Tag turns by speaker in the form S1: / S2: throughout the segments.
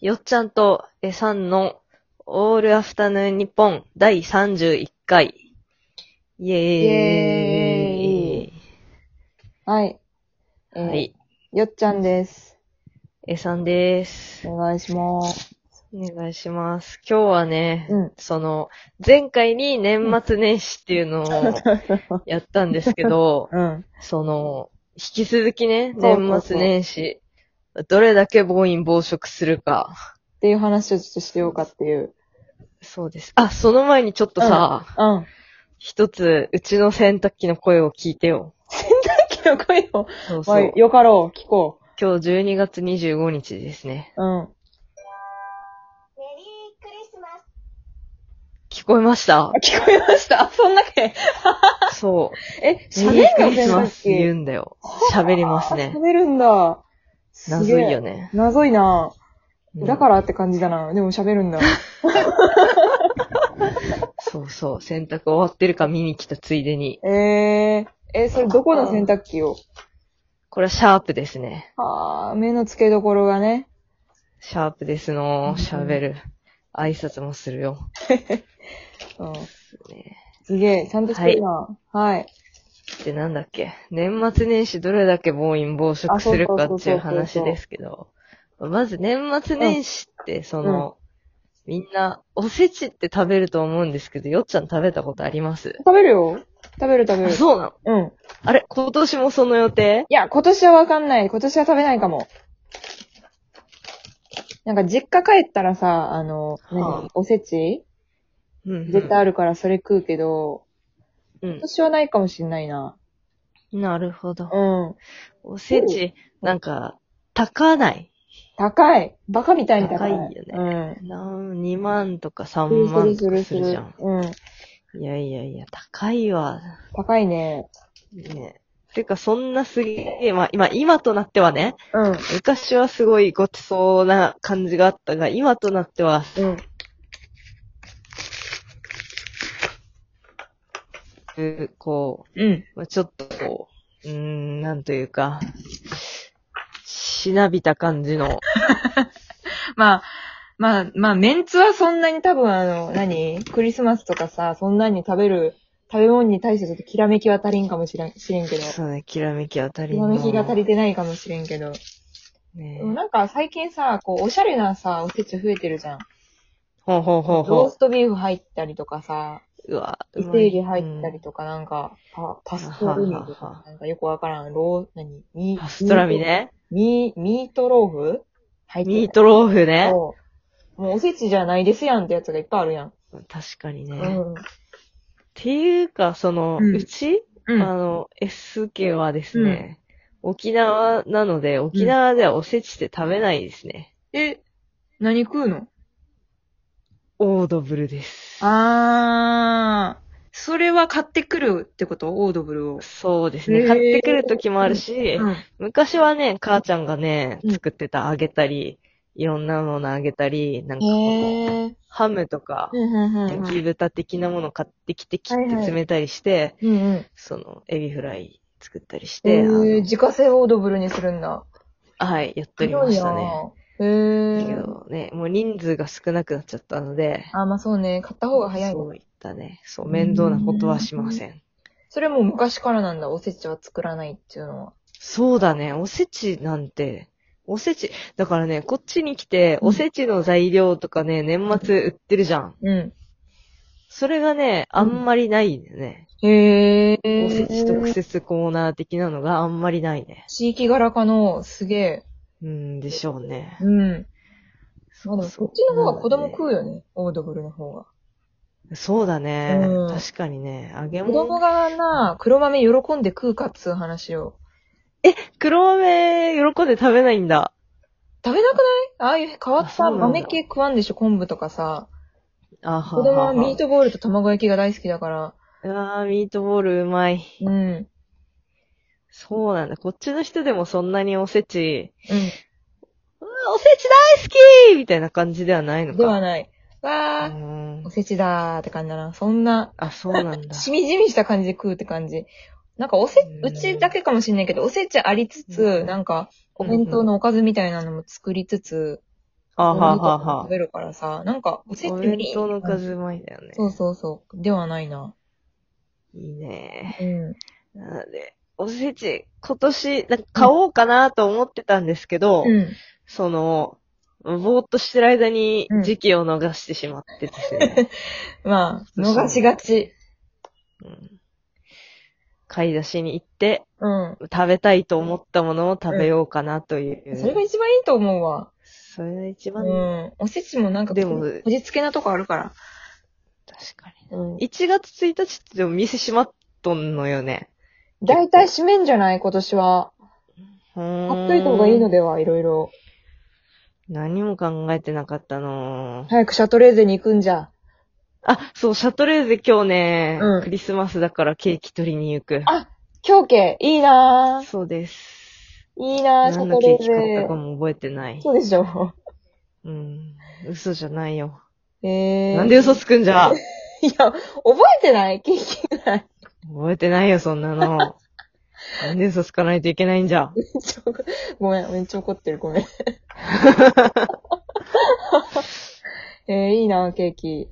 S1: よっちゃんとえさんのオールアフタヌーン日本第31回。イェーイ。
S2: イエーイはい。えー
S1: はい。
S2: よっちゃんです。
S1: えさんです。
S2: お願いします。
S1: お願いします。今日はね、
S2: うん。
S1: その、前回に年末年始っていうの をやったんですけど、
S2: うん。
S1: その、引き続きね、
S2: そうそうそう
S1: 年末年始、どれだけ暴飲暴食するか。
S2: っていう話をちょっとしようかっていう。
S1: そうです。あ、その前にちょっとさ、
S2: うん。
S1: 一つ、うちの洗濯機の声を聞いてよ。
S2: きの声を。
S1: そうそ
S2: まあ、
S1: う。
S2: よかろう。聞こ
S1: 今日12月25日ですね。
S2: う。うん。
S3: メリークリスマス。
S1: 聞こえました
S2: あ聞こえました。あ そんだけ。
S1: そう。
S2: え、
S1: メ
S2: 喋
S1: リ
S2: る
S1: ーク
S2: の
S1: リス
S2: 洗
S1: マス言う
S2: 濯機。
S1: んだよ。喋ります ね。
S2: 喋るんだ。すげえ
S1: 謎いよ。ね。
S2: 謎いな。
S1: うん
S2: だからって感じだな。でも喋 るんだ。
S1: そうそう。洗濯終わってるか見に来たついでに。
S2: えー。え、それどこの洗濯機を
S1: これはシャープですね。
S2: あー、目の付けどころがね。
S1: シャープですのー、喋る。挨拶もするよ。
S2: うん。
S1: ね
S2: すげえ。ちゃんとしてるな。はい。
S1: で、なんだっけ。年末年始どれだけ暴飲暴食するかっていう話ですけど。まず年末年始って、その、みんな、おせちって食べると思うんですけど、よっちゃん食べたことあります
S2: 食べるよ。食べる食べ
S1: あ
S2: る。
S1: そうなの
S2: うん。
S1: あれ今年もその予定
S2: いや、今年はわかんない。今年は食べないかも。なんか実家帰ったらさ、あの、
S1: はあ
S2: 何おせち
S1: うん
S2: 絶対あるからそれ食うけど、
S1: うん
S2: 今。年はないかもしんないな。
S1: なるほど。
S2: うん。
S1: おせち、なんか、高ない。
S2: 高い。バカみたいに高い。
S1: 高いよね
S2: ね。
S1: なん2万とか3
S2: うん。
S1: 万と
S2: する
S1: か
S2: す
S1: す
S2: る
S1: る
S2: す
S1: じ
S2: る
S1: ゃん。。
S2: うん。
S1: いやいやいや、高いわ。
S2: 高いね。
S1: ね。てか、そんなすげえ、まあ、今、今となってはね、
S2: うん。
S1: 昔はすごいごちそうな感じがあったが、今となっては、
S2: うん。
S1: こ
S2: うん。
S1: う、まあ、ちょっとこう、うーん、なんというか、しなびた感じの、
S2: まあ、まあ、まあ、メンツはそんなに多分あの、何クリスマスとかさ、そんなに食べる、食べ物に対してちょっときらめきは足りんかもしれん、しれんけど。
S1: そうね、きらめき当たり
S2: 今の日が足り
S1: て、
S2: てないかもしれんけど。
S1: ね
S2: でもなんか最近さ、こう、おしゃれなさ、おせち増えてるじゃん。
S1: ほうほうほう
S2: ロー
S1: ほ
S2: ストビーフ入ったりとかさ、
S1: う。うわ、
S2: 伊
S1: うまい
S2: 勢エビ入ったりとか、なんか、パパストルミと
S1: ははは
S2: か、なんかよくわからん、ロー、何
S1: う
S2: ミ
S1: んパストラミ。ね。
S2: ミー、ミートローフ入ってる
S1: ミートローフね。
S2: そうもうおせちじゃないですやんってやつがいっぱいあるやん。
S1: 確かにね。っ
S2: うん。
S1: ていうか、その、
S2: う
S1: うんち、
S2: うん。
S1: あ
S2: あ
S1: の、S 家はですね、沖縄なので、沖縄ではおせちって食べないですね。
S2: え、何食うの
S1: オードブルです。
S2: あー、それは買ってくるってことオードブルを。
S1: そうですね。
S2: へー
S1: 買ってくる時もあるし、
S2: うん。
S1: 昔はね、母ちゃんがね
S2: う、ん
S1: 作ってた揚げたり、いろんなもの揚げたり、なんかこう、
S2: へー。
S1: ハムとか、
S2: うんうんうんうん
S1: 焼き豚的なもの買ってきて切っ
S2: は
S1: て
S2: いはい
S1: 詰めたりして、
S2: うんうん。
S1: その、エビフライ作ったりして、
S2: え
S1: あの
S2: ー、自家製オードブルにするんだ。
S1: はい、やっておりましたね。だ
S2: 強いなぁ。へ
S1: け
S2: ー。
S1: どね、もう人数が少なくなっちゃったので、
S2: あ、まあそうね。買った方が早いね。
S1: そういったね、そう、面倒なことはしません。
S2: それもう昔からなんだ。おせちは作らないっていうのは。
S1: そうだね、おせちなんて、おせち、だからね、こっちに来て、
S2: うん
S1: おせちの材料とかね、年末売ってるじゃん。
S2: うん。
S1: それがね、あんまりないね。
S2: へ
S1: おせち特
S2: ー。
S1: 設コーナー的なのがあんまりないね。
S2: 地域柄かの、すげえ。
S1: うん、でしょうね。
S2: うん。まあでも、
S1: そ
S2: そうっちの方が子供食うよね。オードブルの方が。
S1: そうだね。
S2: うん
S1: 確かにね、揚げ
S2: 子供
S1: 物。
S2: がな、黒豆喜んで食うかっつう話を。
S1: 黒豆、喜んで食べないんだ。
S2: 食べなくないああいう変わ
S1: あ
S2: っ
S1: そう
S2: た
S1: なんだ
S2: 豆系食わんでしょ昆布とかさ。
S1: あはは
S2: 子供はミートボールと卵焼きが大好きだから。
S1: うわー、ミートボールうまい。
S2: うん。
S1: そうなんだ。こっちの人でもそんなにおせち、
S2: う
S1: うわおせち大好きみたいな感じではないの
S2: ん。
S1: か。
S2: ではない。わ
S1: う
S2: ー、
S1: ん
S2: おせちだーって感じだな。そんな、
S1: あ、そうなんだ。
S2: しみじみした感じで食うって感じ。なんかおせ
S1: う、ん
S2: うちだけかもしん ないけど、おせちありつつ、
S1: うん
S2: なんか、お弁当のおかずみたいなのも作りつつ、
S1: あは
S2: お
S1: あ
S2: 肉と
S1: は
S2: か
S1: あは
S2: 食べるからさ、なんか、おせ
S1: あ。
S2: ち
S1: お
S2: よ
S1: 弁
S2: り
S1: 当の数うまいだよね。
S2: そうそうそう。ではないな。
S1: いいね。
S2: うん。
S1: なので、おせち、今年、なんか買おうかなと思ってたんですけど、
S2: うん。
S1: その、ぼーっとしてる間に
S2: うん
S1: 時期を逃してしまってです ね。
S2: まあ、
S1: そう
S2: 逃しがち。
S1: うん買い出しに行って、
S2: うん。
S1: 食べたいと思ったものを食べようかなという。
S2: それが一番いいと思うわ。
S1: それが一
S2: う
S1: 番、
S2: ん。おせちもなんか、
S1: でも
S2: こじつけなとこあるから。
S1: 確かに。
S2: うん。
S1: 1月1日ってでも店閉まっとんのよね。
S2: だいたい閉めんじゃない今年は。
S1: ほ
S2: 買っといた方がいいの
S1: で。
S2: では、いろいろ。
S1: 何も考えてなかったの
S2: 早くシャトレーゼに行くんじゃ。
S1: あ、そう、シャトレーゼ今日ね、
S2: うん
S1: クリスマスだからケーキ取りに行く。
S2: あ狂慶、いいなぁ。
S1: そうです。
S2: いいなぁ、シ
S1: 何
S2: ャト
S1: のケ
S2: レ
S1: ーキ買ったか
S2: ーゼ。
S1: も覚えてない。
S2: そうでしょ。
S1: うん。嘘じゃないよ。
S2: えー。
S1: なんで嘘つくんじゃ
S2: いや、覚えてないケーキぐらい。
S1: 覚えてないよ、そんなの。なんで嘘つかないといけないんじゃ。
S2: めっちゃ怒ごめん、めっちゃ怒ってる、ご めん。えー、いいなぁ、ケーキ。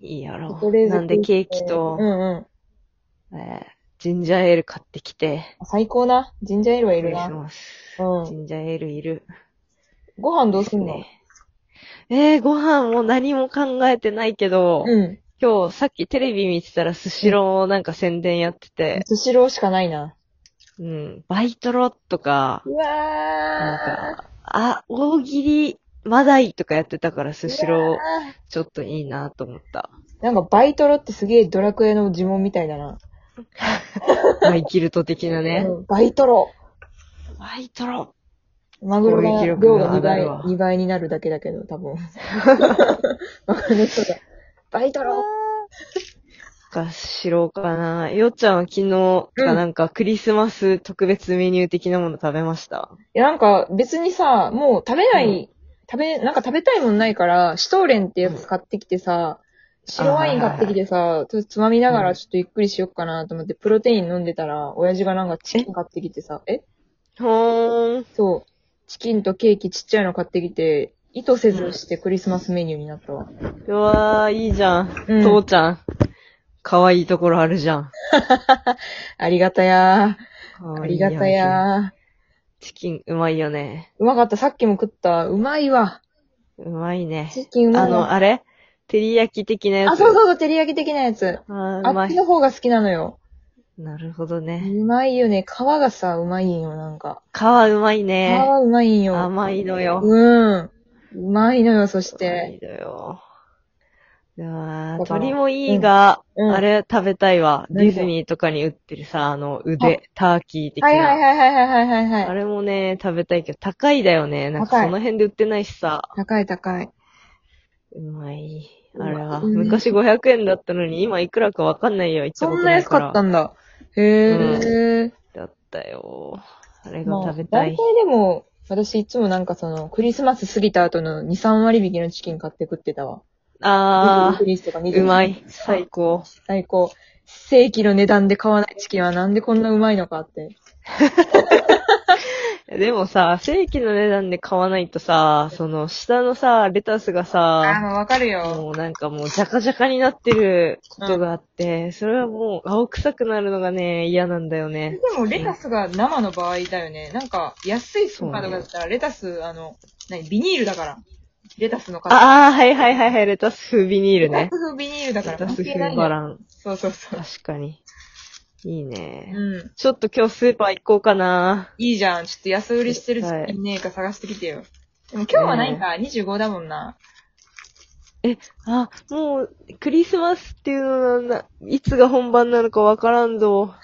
S1: いいや
S2: シ
S1: ろ
S2: ャトレ。ーゼ
S1: なんでケーキと
S2: う、んうん。
S1: えージンジャーエール買ってきて、
S2: 最高な。ジンジャーエールは
S1: ク
S2: いる
S1: リス
S2: な。
S1: マス。
S2: う
S1: ジ
S2: ん。
S1: ンジャーエールいる。
S2: ご飯どうすんの、
S1: ねえー、ご飯も何も考えてないけど、
S2: うん。
S1: 今日さっきテレビ見てたらスシローなんか宣伝やってて、
S2: スシローしかないな。
S1: うん、バイトロとか、
S2: うわ
S1: なん
S2: ー。
S1: か、あ、大喜利、マダイとかやってたからスシロー
S2: うわー
S1: ちょっといいなと思った。
S2: なんかバイトロってすげえドラクエの呪文みたいだな。
S1: マイキルト的なね。
S2: うんバイトロ。
S1: バイトロ
S2: マグロ
S1: 攻撃
S2: が
S1: 力
S2: 量
S1: が
S2: が
S1: 上
S2: 2
S1: が
S2: 倍、
S1: るわ
S2: 2倍になるだけだけど、多分。 マグロの人が。バイトロ
S1: かしろうかな。よっちゃんは昨日、
S2: うん
S1: なんかクリスマス特別メニュー的なもの食べました。
S2: いや、なんか別にさ、もう食べない、食べ、なんか食べたいもんないから、シュトーレンってやつ買ってきてさ、白ワイン買ってきてさ、ちょっとつまみながらちょっとゆっくりしよっかなと思って、プロテイン飲んでたら、親父がなんかチキン買ってきてさ、え
S1: ほーん。
S2: そう。チキンとケーキちっちゃいの買ってきて、意図せずしてクリスマスメニューになったわ。
S1: うわー、いいじゃん。
S2: うん
S1: 父ちゃん。かわいいところあるじゃん。
S2: ありがたや
S1: かわ
S2: ー。
S1: いい
S2: ありがたやー。
S1: チキン、うまいよね。
S2: うまかった。さっきも食った。うまいわ。
S1: うまいね。
S2: チキンうま
S1: あ
S2: いわ
S1: の、あれ照り焼き的なやつ。
S2: あ、そうそうそう、照り焼き的なやつ。
S1: あーう
S2: あ
S1: ま
S2: っち
S1: い。
S2: の方が好きなのよ。
S1: なるほどね。
S2: うまいよね。皮がさ、うまいんよ、なんか。
S1: 皮うまい
S2: 皮
S1: ね。
S2: がうまいんよ。
S1: 甘いのよ。
S2: うん。うまいのよ、そして。
S1: 甘いのよ。うわー
S2: だから
S1: 鳥もいいが、
S2: うん。
S1: あれ食べたいわ。デ
S2: 何
S1: ィ
S2: が
S1: ズニーとかに売ってるさ、あの腕、ターキー的な。
S2: はいはいはいはいはいはいはい
S1: あ
S2: はい。
S1: れもね、食べたいけど、高いだよね。なんか
S2: 高い
S1: その辺で売ってないしさ。
S2: 高い高い。
S1: うまい。
S2: う
S1: あ
S2: まい
S1: れは。
S2: うん
S1: 昔500円だったのに、今いくらかわかんないよ。行った
S2: そ
S1: こと
S2: んな
S1: ない
S2: 安
S1: から。
S2: かったんだ。へー。
S1: だったよ。あれが
S2: まあ
S1: 食べた
S2: 大
S1: い。
S2: 体でも、私いつもなんかその、クリスマス過ぎた後の2、3割引きのチキン買って食ってたわ。
S1: あ
S2: クリスとか
S1: ー、うま
S2: い。
S1: い。最高。
S2: 最高。正規の値段で買わないチキンはなんでこんなうまいのかって。
S1: でもさ、正規の値段で買わないとさ、その下のさ、レタスがさ、
S2: あ、わかるよ。
S1: もうなんかもう、ジャカジャカになってることがあって、それはもう、青臭くなるのがね、嫌なんだよね。
S2: でもレタスが生の場合だよね。なんか、安いスーパーとかだったら、レタス、あの、何、ビニールだから。レタスの型。
S1: ああ、はいはいはいはい、レタス風ビニール
S2: レタス
S1: ね。
S2: 風ビニールだか
S1: レ
S2: ら。
S1: タス
S2: 関係ない
S1: 風
S2: ん
S1: バ
S2: だよ
S1: ラン。
S2: そうそうそう。
S1: 確かに。いいうね。
S2: ん。
S1: ちょっと今日スーパー行こうかな。
S2: いいじゃん。ちょっと安売りしてるチキンねえか探してきてよ。でも今日はないか、25だもんな。
S1: あ、もう、クリスマスっていうのなんだ。いつが本番なのかわからんぞ。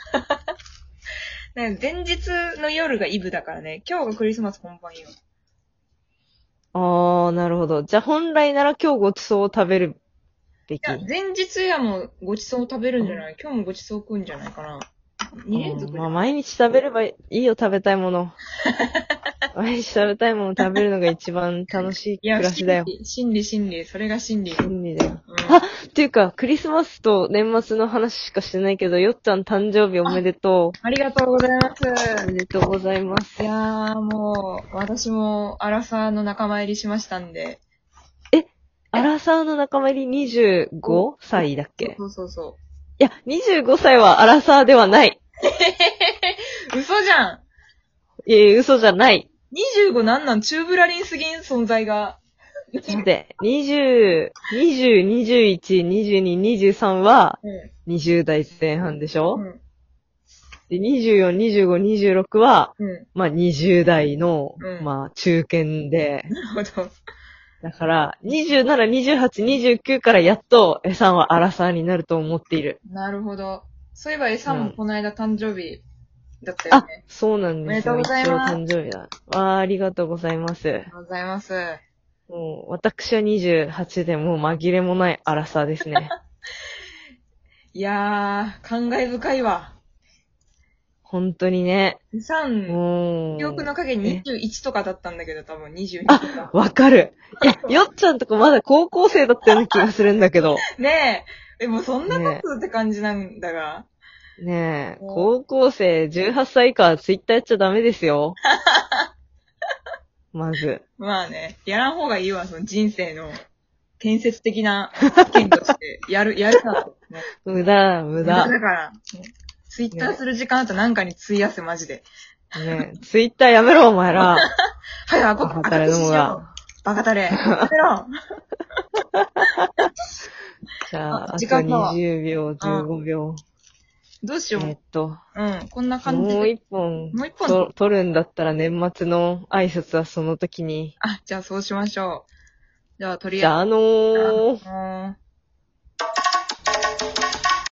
S2: ね前日の夜がイブだからね。今日がクリスマス本番よ。
S1: あー、なるほど。じゃあ本来なら今日ごちそうを食べるべき
S2: い。や、前日やもうごちそう食べるんじゃない今日もごちそう食うんじゃないかな。2連続
S1: うん
S2: で
S1: まあ毎日食べればいいよ、食べたいもの。毎日食べたいものを食べるのが一番楽しい
S2: い
S1: 暮
S2: や、
S1: らしだよ。
S2: 理、心理、心理、それが心理。うん
S1: 心理だ よ。あっていうか、クリスマスと年末の話しかしてないけど、よっちゃん誕生日おめでと
S2: ありがとうございま
S1: う。お
S2: す。
S1: めでとうございます。
S2: いやー、もう、私も、アラサーの仲間入りしましたんで。
S1: アラサーの仲間入り25歳だっけ
S2: そうそうそ
S1: いや、25歳はアラサーではない。
S2: う。嘘じゃん
S1: いや、嘘じゃない。
S2: !25 なんなん、チューブラリンすぎん存在が。
S1: ちょっと待って、20、20、21、22、23は
S2: うん。
S1: 20代前半でしょ
S2: うん。
S1: で、24、25、26は、
S2: うん。
S1: まあ20代の、
S2: うん
S1: まあ中堅で、
S2: なるほど。
S1: だから、27、28、29からやっと、エさんはアラサーになると思っている。
S2: なるほど。そういえば、エサもこの間誕生日だったよ
S1: あ
S2: ね。、
S1: そうなんですよ。
S2: おめでとうございます
S1: 一応誕生日だ。わあ、ありがとうございます
S2: あり。がとうございます。
S1: もう、私は28でもう紛れもないアラサーです ね。
S2: いやー、感慨深いわ。
S1: 本当にね。
S2: エサン、
S1: もう。
S2: 記憶の影
S1: え
S2: 21とかだったんだけど、多分22と
S1: あ
S2: か。
S1: わかる。いや、よっちゃんとこまだ高校生だったような気がするんだ けど。
S2: ねえ。え、もうそんな
S1: ね
S2: 経つって感じなんだが。
S1: ねえ、
S2: うん
S1: 高校生18歳以下はツイッターやっちゃダメです よ。まず。
S2: まあね、やらん方がいいわ、その人生の建設的な意見 として。やる、やるなと。ね、
S1: 無駄、無駄。
S2: だから、ツイッターする時間あとなんかに費やせ、マジで。
S1: ねえ、ツイッターやめろ、お前ら。
S2: はい、あこ、
S1: バカタレどもが。
S2: バカタレ。やめろ。
S1: じゃあ、
S2: あ
S1: あと
S2: 時間だわ
S1: 20秒、15秒。
S2: どうしよ
S1: えっ
S2: う。
S1: と、
S2: うん、こんな感じ
S1: もう
S2: で。
S1: 一本、
S2: もう一本
S1: と撮るんだったら年末の挨拶はその時に。
S2: あ、じゃあそうしましょう。じゃあ、とり
S1: じゃ
S2: あ
S1: あ、あの
S2: えず。
S1: ー。
S2: あのー